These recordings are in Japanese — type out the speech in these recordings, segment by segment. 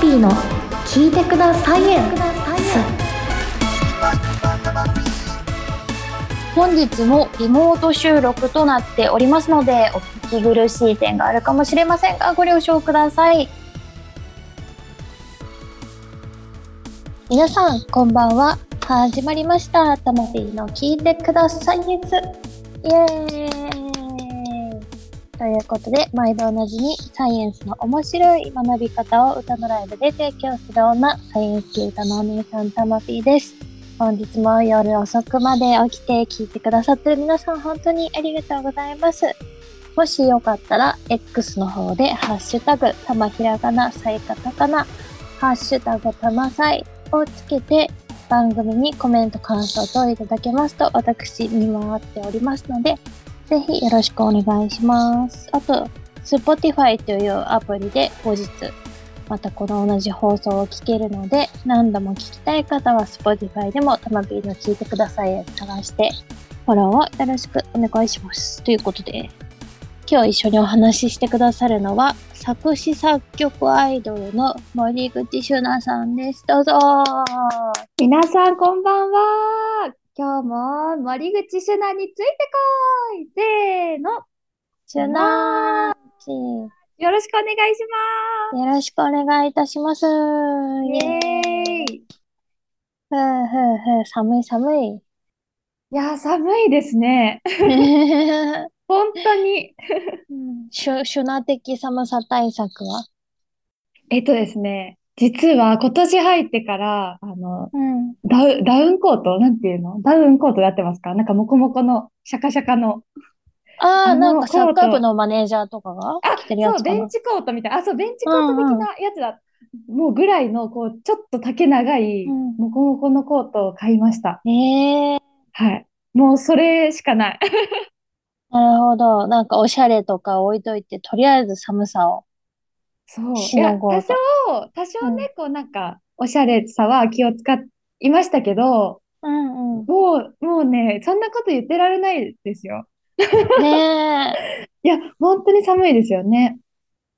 ピーの聞いてくださいエンス本日もリモート収録となっておりますのでお聞き苦しい点があるかもしれませんがご了承ください皆さんこんばんは始まりましたタマピーの聞いてくださいですイエーイということで毎度おなじみサイエンスの面白い学び方を歌のライブで提供する女サイエンス系歌のお姉さんタマピーです本日も夜遅くまで起きて聞いてくださってる皆さん本当にありがとうございます。もしよかったら X の方でハッシュタグたまひらがなさいカタカナハッシュタグたまさいをつけて番組にコメント感想等いただけますと私見回っておりますのでぜひよろしくお願いします。あと Spotify というアプリで後日またこの同じ放送を聞けるので何度も聞きたい方は Spotify でもたまビーの聞いてくださいを探してフォローをよろしくお願いしますということで今日一緒にお話ししてくださるのは作詞作曲アイドルの森口修奈さんですどうぞ皆さんこんばんは今日も森口シュナについてこいせーの修奈ちよよろしくお願いしろしくお願いいたしますますイエーイイエーイふうふうふう寒い寒いいやー寒いですね 本当にうん シュシュナ的寒さ対策はえっとですね実は今年入ってからあのうんダウ、ダウンコートなんていうのダウンコートで合ってますかなんかモコモコのシャカシャカのああ、あのなんかサッカーコー部トのマネージャーとかが着てるやそう、つかベなン。チコートみたいな。あ、そう、ベンチコート的なやつだ。もうぐらいの、こう、ちょっと丈長い、うんモコモコのコートを買いました。ええはい。もうそれしかない。 なるほど。なんかおしゃれとか置いといて、とりあえず寒さを。そう。いシナや、ゴー多ルド少、多少ね、こう、なんか、おしゃれさは気を使いましたけど、うんうん。もう、もうね、そんなこと言ってられないですよ。ねいえ、や、本当に寒いですよね。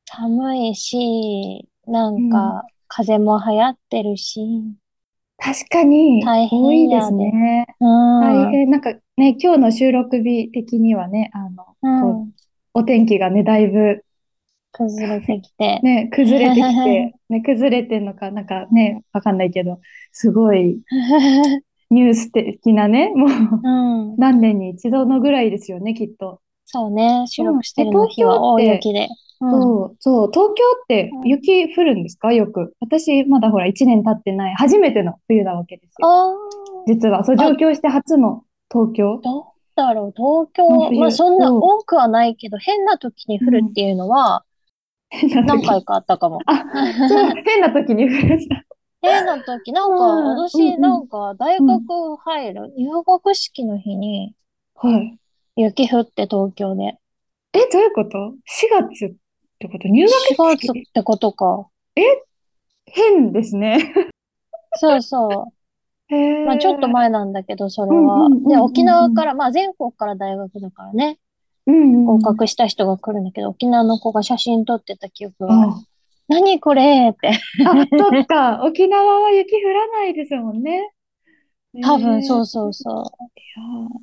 寒いし、なんか風も流行ってるし。確かに、大変多いでやすでね。うん。大変。なんかね、今日の収録日的にはね、あの、うん。お天気がね、だいぶ、崩れてき て。ね、崩れてきて、ね、崩れてんのか、なんかね、わかんないけど、すごいニュース的なね、もううん。何年に一度のぐらいですよね、きっと。そうね。収録してるうのんえ日は大東雪で。うん。そう、そう、東京ってうん雪降るんですか、よく。私、まだほら、1年経ってない、初めての冬なわけですよ。あー実は、そう、あ上京して初の東京。どうだろう、東京、の冬まあそんなうん多くはないけど、変な時に降るっていうのは変な何時。回かあったかも。あ、そう、 変な時 に降るんだ。変な時、なんかうんうんう私、んなんか大学入る、入学式の日にはい。雪降って東京で。え、どういうこと ?4 月ってこと入4学月っ式てことか。変ですね。そうそへう。まあちょっとー前なんだけど、それうはんうんうんうん。うんで、沖縄から、まあ全国から大学だからね、うんうん合格した人が来るんだけど、沖縄の子が写真撮ってた記憶がある。あ何これって。あ、そっか。 沖縄は雪降らないですもんね。多分そううそうそう。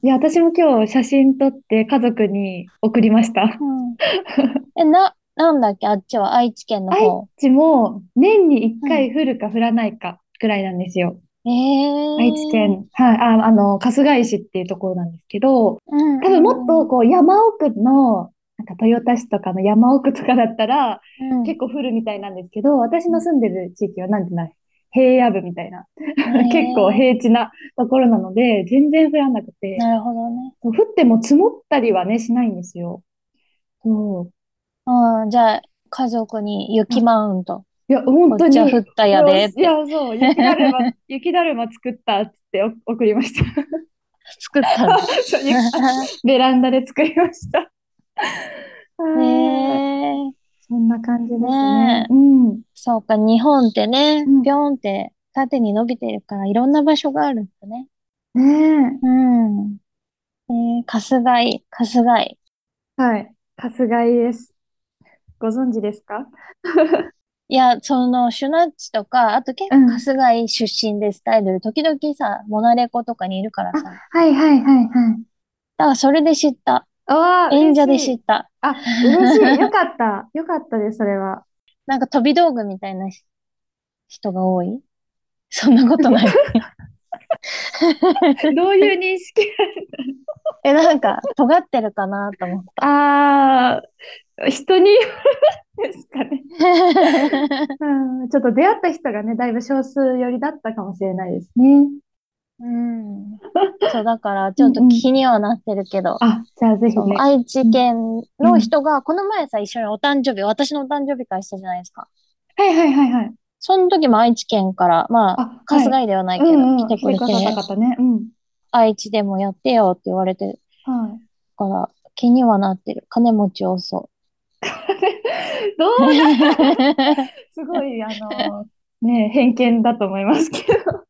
いや、私も今日写真撮って家族に送りました。ううんえ、な、なんだっけ、あっちは愛知県の方。ちも年に1回降るか降らないかくらいなんですよ。えー、愛知。県、はい、あ、あの、春日井市っていうところなんですけど、うん、多分もっとこう山奥の、なんか豊田市とかの山奥とかだったら、うん、結構降るみたいなんですけど、私の住んでる地域はなんてない、平野部みたいな、 結構へ平地なところなので、全然降らなくてー、なるほどね。降っても積もったりはね、しないんですよ。そう。うん、じゃあ、家族に雪マウント。いや、本こ当っちはに。降ったやでっいて。や、そう、雪だ るま、雪だるま作ったっつってお送りました。作っ たの。そう雪ベランダで作りました。はいねえ。そんな感じですねね。うん。そうか、日本ってねうん、ぴょんって縦に伸びてるから、いろんな場所があるんだね。ねうん。えー、春日井、春日井。え。はい。春日井です。ご存知ですかいや、その、シュナッチとか、あと結うん構春日井出身ですタイトル、時々さ、モナレコとかにいるからさ。だはいはいはいはい。からそれで知った。ああ、演者で嬉しい。知った。あ、嬉しい。よかった。よかったです、それは。なんか飛び道具みたいなし人が多いそんなこ とない。 どういう認識え、なんか、尖ってるかな と思っ ああ、人によるですかね。た。うん、ちょっと出会った人がね、だいぶ少数寄りだったかもしれないですね。うん。そう、だから、ちょっと気にはなってるけど、あ、じゃあぜひそねの。愛知県の人が、この前さ、一緒にお誕生日、私のお誕生日会したじゃないですか。はいはいはいはい。その時も愛知県から、まあ、あ、はい。春日井ではないけうど、んうん。来てくれて、来てくださった方ね。うん。愛知でもやってよって言われてるはから、気にはなってる。金持ち多そい。どう。うな、 すごい、あの、ね、偏見だと思いますけど。 そ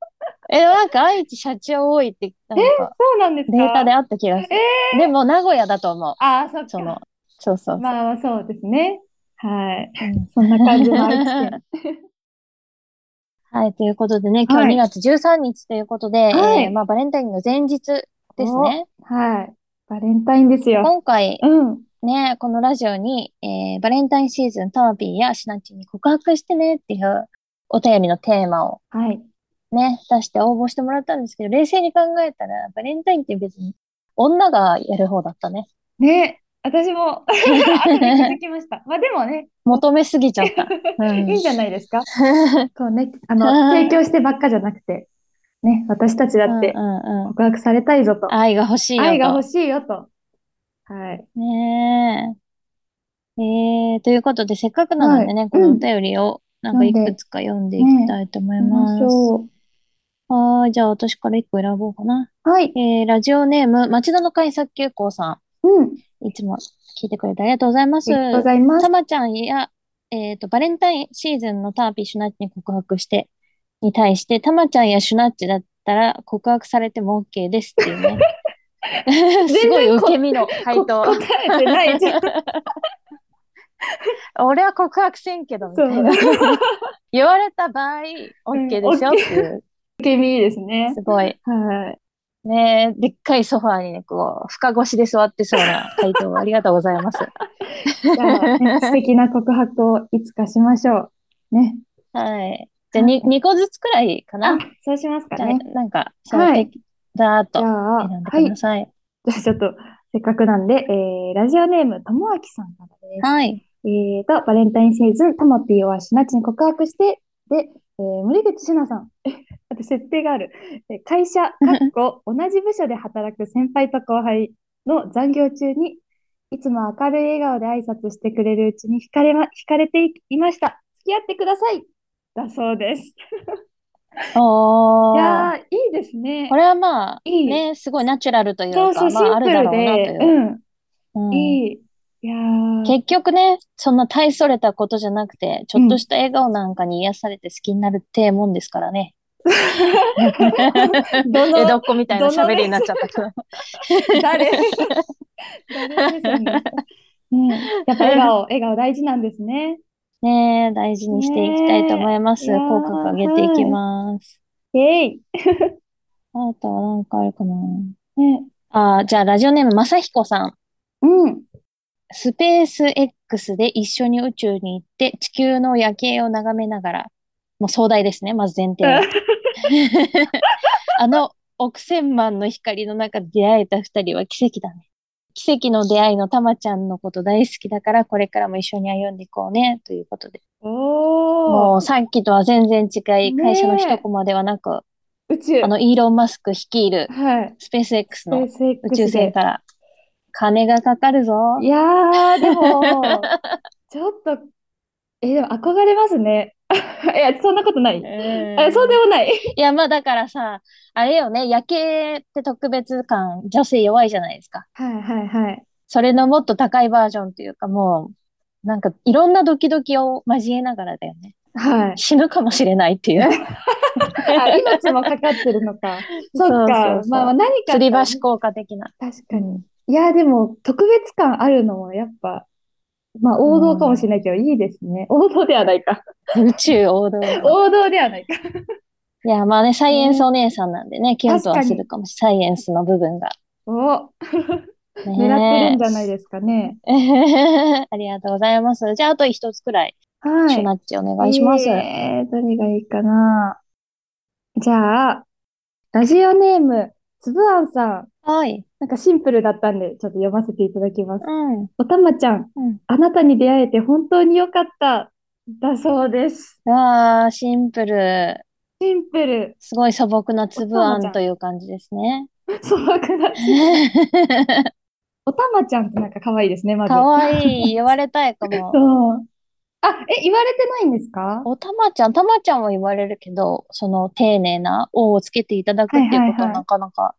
え、なんか愛知社長多いって、なんかうなんですデータかであった気がする。でも名古屋だと思う。ああ、そっそか。の、そうそうそう。まあ、そうですね。はい。うんそんな感じの愛知 県。はい、ということでね、今はい日2月13日ということで、はいえーまあ、バレンタインの前日ですね。はい。バレンタインですよ。今回うん。ね、このラジオに、えーバレンタインシーズン、タービーやシナッチに告白してねっていうお便りのテーマをはい。ね、出して応募してもらったんですけど、冷静に考えたら、バレンタインって別に女がやる方だったね。ね、私も後で気づきました。まあでもね、求めすぎち ゃった。うんいいんじゃないです か。こうね、あの、うん提供してばっかじゃなくて、ね、私たちだってうんうんうん告白されたいぞと、愛が欲しいよ愛がと。欲しいよと。はい。ねえ。えー、ということで、せっかくなのでね、はいこのうおん便りを、なんかいくつか読んでいきたいと思い行きま。ますしょはーい、じゃあ私から一個選ぼうかな。う。はい。えー、ラジオネーム、町田の会作急行さうん。ありん。いつも聞いてくれてありがとうございます。がとうございますた。まちゃんや、えっと、バレンタインシーズンのターピーシュナッチに告白して、に対して、たまちゃんやシュナッチだったら告白されても OK ですってい うね。 すごい受け身の回答。こ答えてないじゃん。俺は告白せんけどみたいな。 言われた場合、OK でしょっていう、受け身いいです ね。すごい。はい。ねでっかいソファーにね、こう、深腰で座ってそうな回答をありがとうございます。じゃあ、ね、素敵な告白をいつかしましょう。ね。はい。じゃあ、に、2個ずつくらいかな。そうしますかじゃあ、ね。なんか、はいざーっじゃとあ、選んではくいだ。さい。じゃあちょっと、せっかくなんで、えー、ラジオネーム、ともあきさんからです。はい。えーと、バレンタインシーズン、ともぴーはしなちに告白して、で、えー、森口しなさん。えあと、設定がある。えー会 社、かっこ、同じ部署で働く先輩と後輩の残業中に、いつも明るい笑顔で挨拶してくれるうちに惹かれま、惹かれていいました。付き合ってください。だそうです。いおやー。ー、いいですねこ。れはまあ、いい。ね、すごいナチュラルというそうそか、う、まシあ、あンプるだルろうなで、という。うん。うんいい。いやー、結局ね、そんな大それたことじゃなくて、ちょっとした笑顔なんかに癒されて好きになるってもんですからね。 どの江戸っ子みたいな喋りになっちゃったけど。誰 誰目線ですかねえやっぱ笑 顔、笑顔大事なんですね。 ねえ、大事にしていきたいと思います。ねえいやー口角上げていきます。えい。あとはなんかあるかな。ね、あー、じゃあラジオネームまさひこさん。うん。スペース X で一緒に宇宙に行って地球の夜景を眺めながら、もう壮大ですね、まず前提 は。あの億千万の光の中で出会えた二人は奇跡だね。奇跡の出会いのたまちゃんのこと大好きだから、これからも一緒に歩んでいこうね、ということで。おもー、うさっきとは全然違い、ねえ会社の一コマではなく、宇宙。あの、イーロン・マスク率いるはい。スペース X のスペース X 宇宙船で。から、金がかかるぞ。いやー、でも、 ちょっと、え、でも憧れますね。 いや、そんなことない。ええ、そうでもない。いや、まあだからさ、あれよね、夜景って特別感、女性弱いじゃないですか。はいはいはい。それのもっと高いバージョンというか、もう、なんかいろんなドキドキを交えながらだよね。はい。死ぬかもしれないっ ていう。あ、命もかかってるのか。そっ そうそうかそう。まあ、何か吊とり橋効果的な。確かに。いや、でも、特別感あるのも、やっぱ、まあ、王道かもしれないけど、いいですね。王道ではないか。宇宙王道。い王道ではないか。や、まあね、サイエンスお姉さんなんでね、キュンとはするかもしれない。サイエンスの部分が。おね狙ってるんじゃないですかね。 ありがとうございます。じゃあ、あと一つくらい、はシュい。ナッチお願いします。えーどれがいいかな。じゃあ、ラジオネーム、つぶあんさん。はい。なんかシンプルだったんで、ちょっと読ませていただきます。うん。おたまちゃん、うんあなたに出会えて本当に良かった。だそうです。ああ、シンプル。シンプル。 すごい素朴な粒あお玉ちゃんんという感じです ね。素朴な。 おたまちゃんってなんか可愛いですね、まず。かわいい。言われたいかも。そう。あ、え、言われてないんです かおたまちゃん、たまちゃんも言われるけど、その丁寧な「お」をつけていただくっていうことははいはいはいなかなか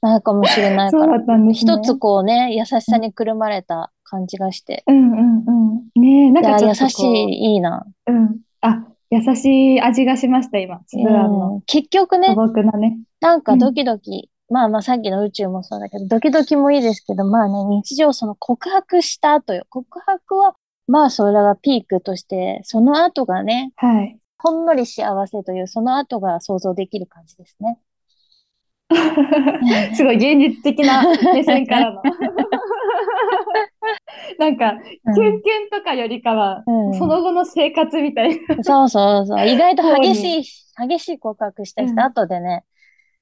ないかもしれないそかうだら、ったんですね。一つこうね、優しさにくるまれた感じがして、うんうんうん。ねえ、なんいかや、ちょ優っとしこうい、いいな。うん。あ、優しい味がしました、今。つぶあんの。うん結局素ね、朴なね。なんかドキドキ、まあまあさっきの宇宙もそうだけど、ドキドキもいいですけど、まあね、日常その告白した後よ。告白は、まあそれがピークとして、その後がね、 はい。ほんのり幸せという、その後が想像できる感じですね。すごい現実的 な目線からの。 なんか、うんキュンキュンとかよりかは、うんその後の生活みたいな。そうそうそ う。意外とそうね激しい、激しい告白した人、うん後でね、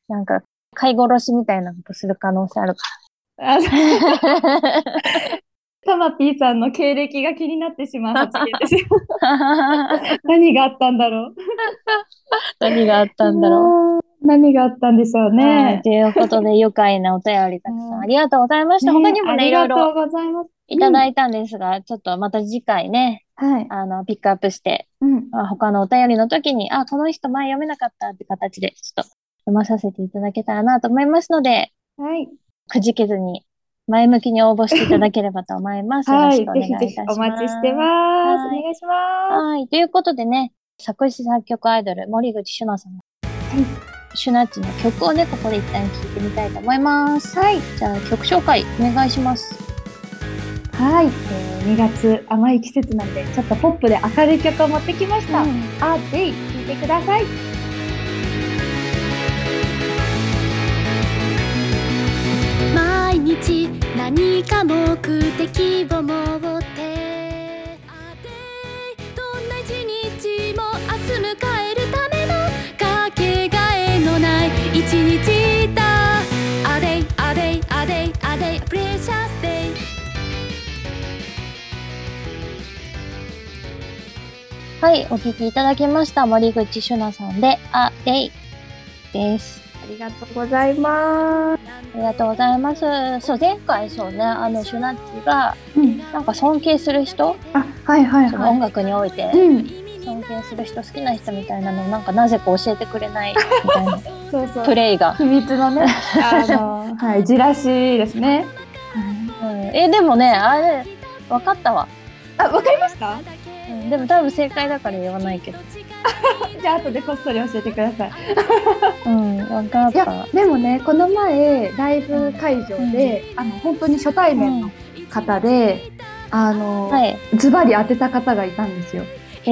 なんか、飼い殺しみたいなことする可能性あるかあの ら。たまぴーさんの経歴が気になってしまう発言ですよ。 何があったんだろう。何があったんだろう。う。何があったんでしょうはいね。ということで、愉快なお便りたくさんありがとうございました。他にもね、いろあいりがとろうございます。いただいたんですが、ちょっとまた次回ね、はい。あの、ピックアップして、うん。あ他のお便りの時に、あ、この人前読めなかったって形で、ちょっと読まさせていただけたらなと思いますので、はい。くじけずに前向きに応募していただければと思います。よろはしい。くおぜ願いいひたぜしひお待ちしてす。ます。おはい願いしまはい。ということでね、作詞作曲アイドル、森口シュナさんの、シュナッチの曲をね、ここで一旦聴いてみたいと思います。はい。じゃあ曲紹介お願いします。す。はい。えー2月甘い季節なんで、ちょっとポップで明るい曲を持ってきました。あ、ぜひ聴いてください。毎日何か目的を持ってあてどんな一日も明日迎えるためのかけがえのない一日だあれあれあれあれプレシャスデイはい。お聴きいただきました、森口シュナさんで、あ、デイです。ありがとうございます。ありがとうございます。そう、前回そうね、あの、シュナッチが、うん。なんか尊敬する人、あ、はいはいその音は楽において、い。うん。尊敬する人好きな人みたいなのをなんかなぜか教えてくれないみたいなそうそうプ。レイが、秘密のね、あ の、はい、じらしですね。うん、えでもねあれ分かったわ、あ、わかりましたうん、でも多分正解だから言わないけど、じゃあ後でこっそり教えてください。うん、分かっいたや、でもね、この前、ライブ会場で、あの、本当に初対面の方で、あの、はいズバリ当てた方がいたんですよ。え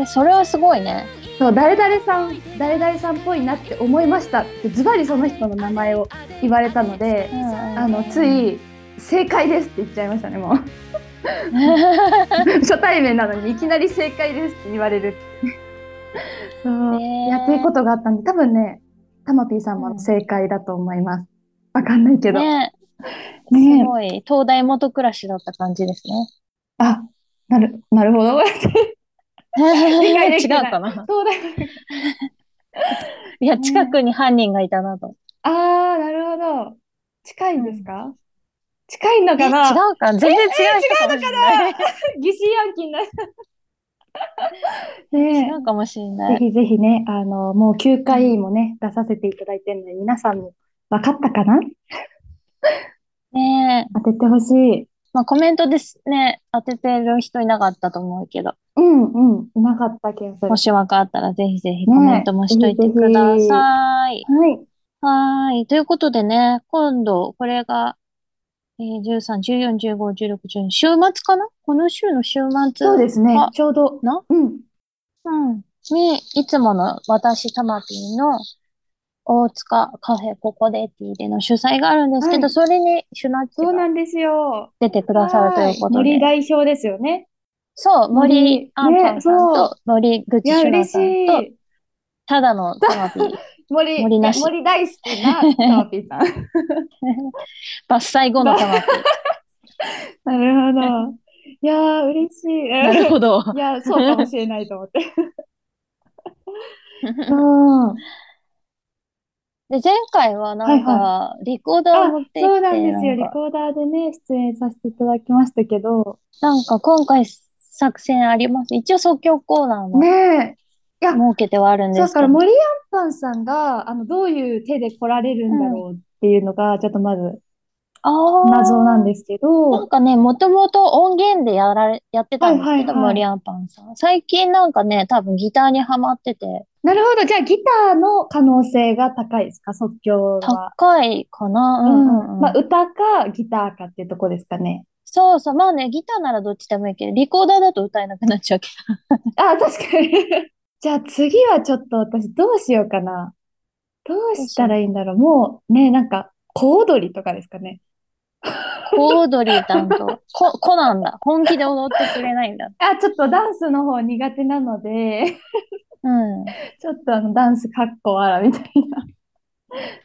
ー、それはすごいね そう、誰々さん、誰々さんっぽいなって思いましたって、ズバリその人の名前を言われたのでう、んうんあの、つい、正解ですって言っちゃいましたね、もう。 初対面なのにいきなり正解ですって言われるそう、ねえやってることがあったんで多分ねたまぴーさんうもん正解だと思いますわかんないけどねねすごい東大元暮らしだった感じですねあなるなるほど 理解できてない違うかなそうだいや近くに犯人がいたなとあーなるほど近いんですか、近いのえ違かなうか全然違う人かもし れない疑心暗鬼に なるねえ違うかもしれなぜいひぜひね、あの、もう9回もね、出させていただいてるので、皆さんも分かったかなねえ当ててほしい。まあ、コメントですね、当ててる人いなかったと思うけど、うんうん、うまかった気がする。もし分かったらぜひぜひコメントもしといてねえください。はい。はーい。ということでね、今度これがえー、13、14、15、16、12、週末かなこの週の週末そうですねあ。ちょうど、なうん。うん。に、いつもの私、たまぴーの大塚カフェココデティでの主催があるんですけはど、いそれにシュナッチそうがなんですよ。出てくださるということで。森代表ですよね。そう、森森アンパンさんねそと森口いや、シュナ嬉しさんと、い。ただのたまぴ ー。森、森なし森大好きなトマピ ーさん。伐採後のたまぴー。なるほど。いやー、嬉しい。 なるほど。いや、そうかもしれないと思っ て。うん。で、前回はなんか、リコーダーを持ってきて、そうなんですよ。なリんか、コーダーでね、出演させていただきましたけど。なんか今回作戦あります。一応即興コーナーもねえ。設けてはあるんでだすかけらど、森アンパンさんが、あの、どういう手で来られるんだろうっていうのが、ちょっとまずあー謎なんですけなんど、かね、もともと音源でやられ、やってたんですけはど、いはいはい森アンパンさん。最近なんかね、多分ギターにハマってて、なるほど。じゃあ、ギターの可能性が高いですか、即興は。高いかな。うんうんうんまあ、歌かギターかっていうとこですかね。そうそう。まあね、ギターならどっちでもいいけど、リコーダーだと歌えなくなっちゃうけあ、確かに。 じゃあ次はちょっと私どうしようかな。どうしたらいいんだろう。もうね、なんか、小踊りとかですかね。ど、コードリー担当。 コ、コなんだ。本気で踊ってくれないんだ。あ、ちょっとダンスの方苦手なので、 うん。ちょっとあのダンスかっこわらみたいな。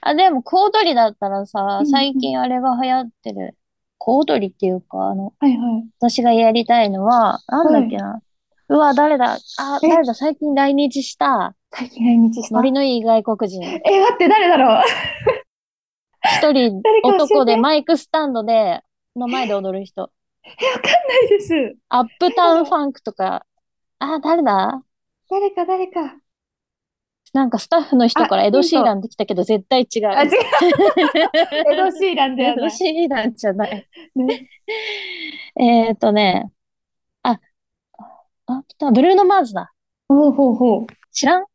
あ、でも、小踊りだったらさう、ん最近あれが流行ってる。小踊りっていうか、あの、はいはい。私がやりたいのは、なんだっけな。うわ、誰だ。あ、え誰だ。最近来日した、最近来日した。ノリのいい外国人。え、待って、誰だろう。一 人誰か教えて男でマイクスタンドで、の前で踊る人。え、わかんないです。アップタウンファンクとか。あ、誰だ誰か誰か。なんかスタッフの人からあエド・シーヒントランって来たけど絶対違あ、違う。う。エド・シーランでエはド・ない。シーランじゃない。ね えっとね。あ、あ、来たブルーノ・マーズだ。ほうほうほう。知らん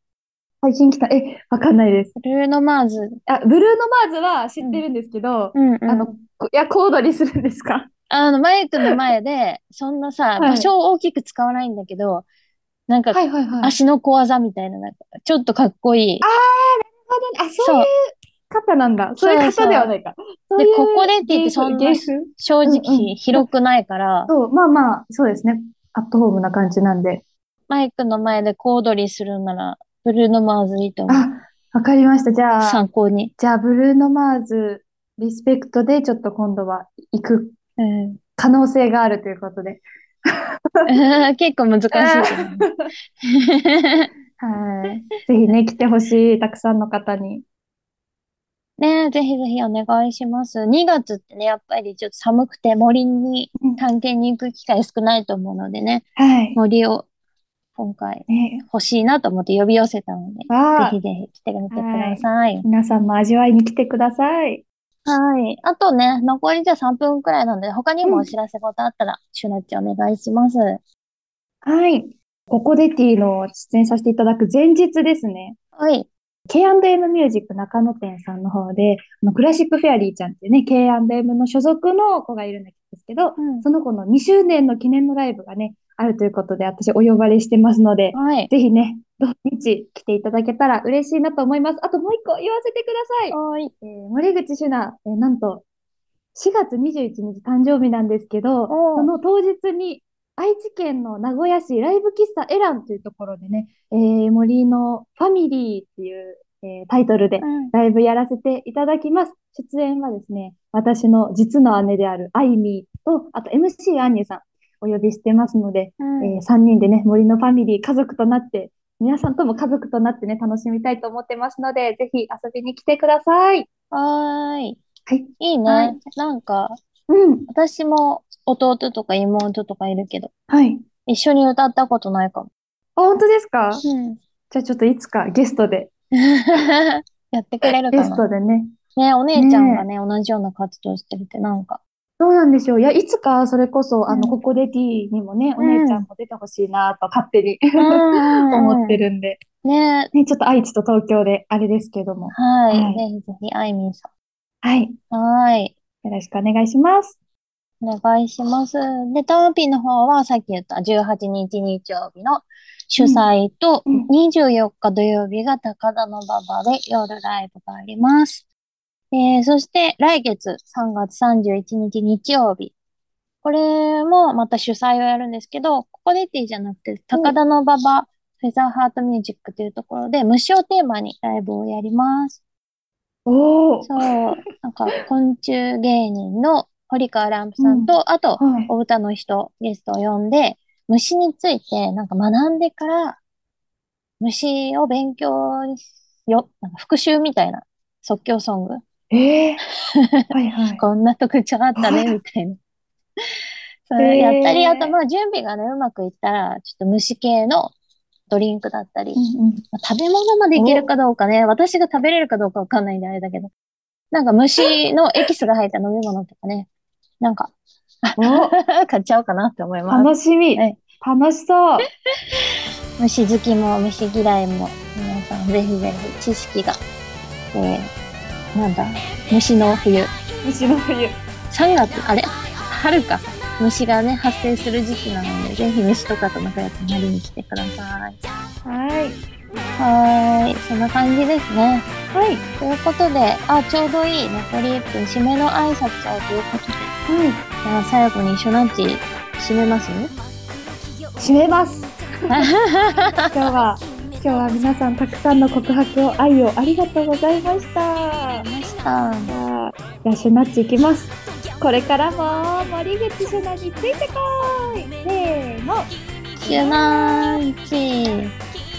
最近来た。え、わかんないです。ブルーノ・マーズ。あ、ブルーノ・マーズは知ってるんですけど、うんうんあの、こいや、小踊りするんですかあの、マイクの前で、そんなさ、はい場所を大きく使わないんだけど、なんかはいはいはい。足の小技みたいな、なんか、ちょっとかっこいい。あ、そういう方なんだ。そういう方ではないか。で、そういうここでって言ってそんな芸風芸風正うんう直ん広くないから、そう、まあまあ、そうですね。アットホームな感じなんで。マイクの前で小踊りするなら、ブルーノ・マーズいいと思う。あ、わかりました。じゃあ、参考に。じゃあ、ブルーノ・マーズ、リスペクトで、ちょっと今度は行くうん 可能性があるということで。結構難しいと思う。 はい。ぜひね、来てほしい、たくさんの方に。 ねえ、ぜひぜひお願いします。2月ってね、やっぱりちょっと寒くて森に探検に行く機会少ないと思うのでね、はい。森を今回ね、欲しいなと思って呼び寄せたので、わあぜひぜひ来てみてください。皆さんも味わいに来てください。はい。あとね、残りじゃ3分くらいなので、他にもお知らせ事あったら、シュナッチお願いします。はい。ここでティの出演させていただく前日ですね。はい。 K&M ミュージック中野店さんの方で、あのクラシックフェアリーちゃんっていうね、K&M の所属の子がいるんですけど、うんその子の2周年の記念のライブがね、あるということで、私お呼ばれしてますので、はい。ぜひね、土日来ていただけたら嬉しいなと思います。あともう一個言わせてください。はい。えー森口朱奈、えーなんと、4月21日誕生日なんですけど、おうその当日に、愛知県の名古屋市ライブ喫茶エランというところでね、えー森のファミリーっていう、えータイトルでうんライブやらせていただきます。出演はですね、私の実の姉であるアイミーと、あと MC アンニュさんお呼びしてますので、うんえ3人でね、森のファミリー家族となって、皆さんとも家族となってね、楽しみたいと思ってますので、ぜひ遊びに来てください。はーい。はい。いいね。はいなんか、うん。私も弟とか妹とかいるけど、はい。一緒に歌ったことないかも。あ、本当ですかうんじゃあちょっといつかゲストで、 やってくれるゲかスな。トでね。ね、お姉ちゃんがね、同じような活動してるって、なんか。そうなんですよ。いや、いつかそれこそ、あうの、んここで T にもね、おうん姉ちゃんも出てほしいなと勝手 に思思って。るんで。ね、ね、ちょっと愛知と東京であれですけども。は。はいいぜひぜひ、あいみんさはい。ん。はーい。よろしくお願いします。お願いします。で、タマピーの方はさっき言った18日日曜日の主催とうん24日土曜日が高田の馬場で夜ライブがあります。えーそして来月3月31日日曜日。これもまた主催をやるんですけど、ここでってじゃなくて、高田の馬場フェザーハートミュージックというところで虫をテーマにライブをやります。おお、そう、なんか昆虫芸人の堀川ランプさんと、あと、はい。お歌の人、ゲストを呼んで、虫についてなんか学んでから、虫を勉強よ、なんか復習みたいな、即興ソング。ええ はいはい。こんな特徴あったね、 みたいな。それやったり、あとまあ準備がね、うまくいったら、ちょっと虫系のドリンクだったり、うんうんまあ食べ物までいけるかどうかね、私が食べれるかどうかわかんないんであれだけど、なんか虫のエキスが入った飲み物とかね、なんか 買っちゃおうかなって思います。楽しみはい。楽しそう。虫好きも虫嫌いも、皆さんぜひぜひ知識が、えー、なんだ、虫の冬。虫の冬。 3月、あれ春か。虫がね、発生する時期なので、ぜひ虫とかと仲良くなりに来てください。はい。はーい、そんな感じですね。はい。ということで、あ、ちょうどいい、残り1分、締めの挨拶をということで、はい。じゃあ最後に初ランチ、締めます締め ます。今日は、今日は皆さんたくさんの告白を、愛をありがとうございました。ました。さあじゃあ、シュナッチいきます。これからも、森口シュナについてこいせーの、あシュナイチ。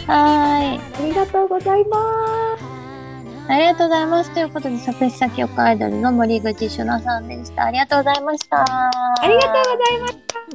はーい。りがとうございます。ありがとうございます。ということで、作詞作曲アイドルの森口シュナさんでした。ありがとうございました。あありがとうございました。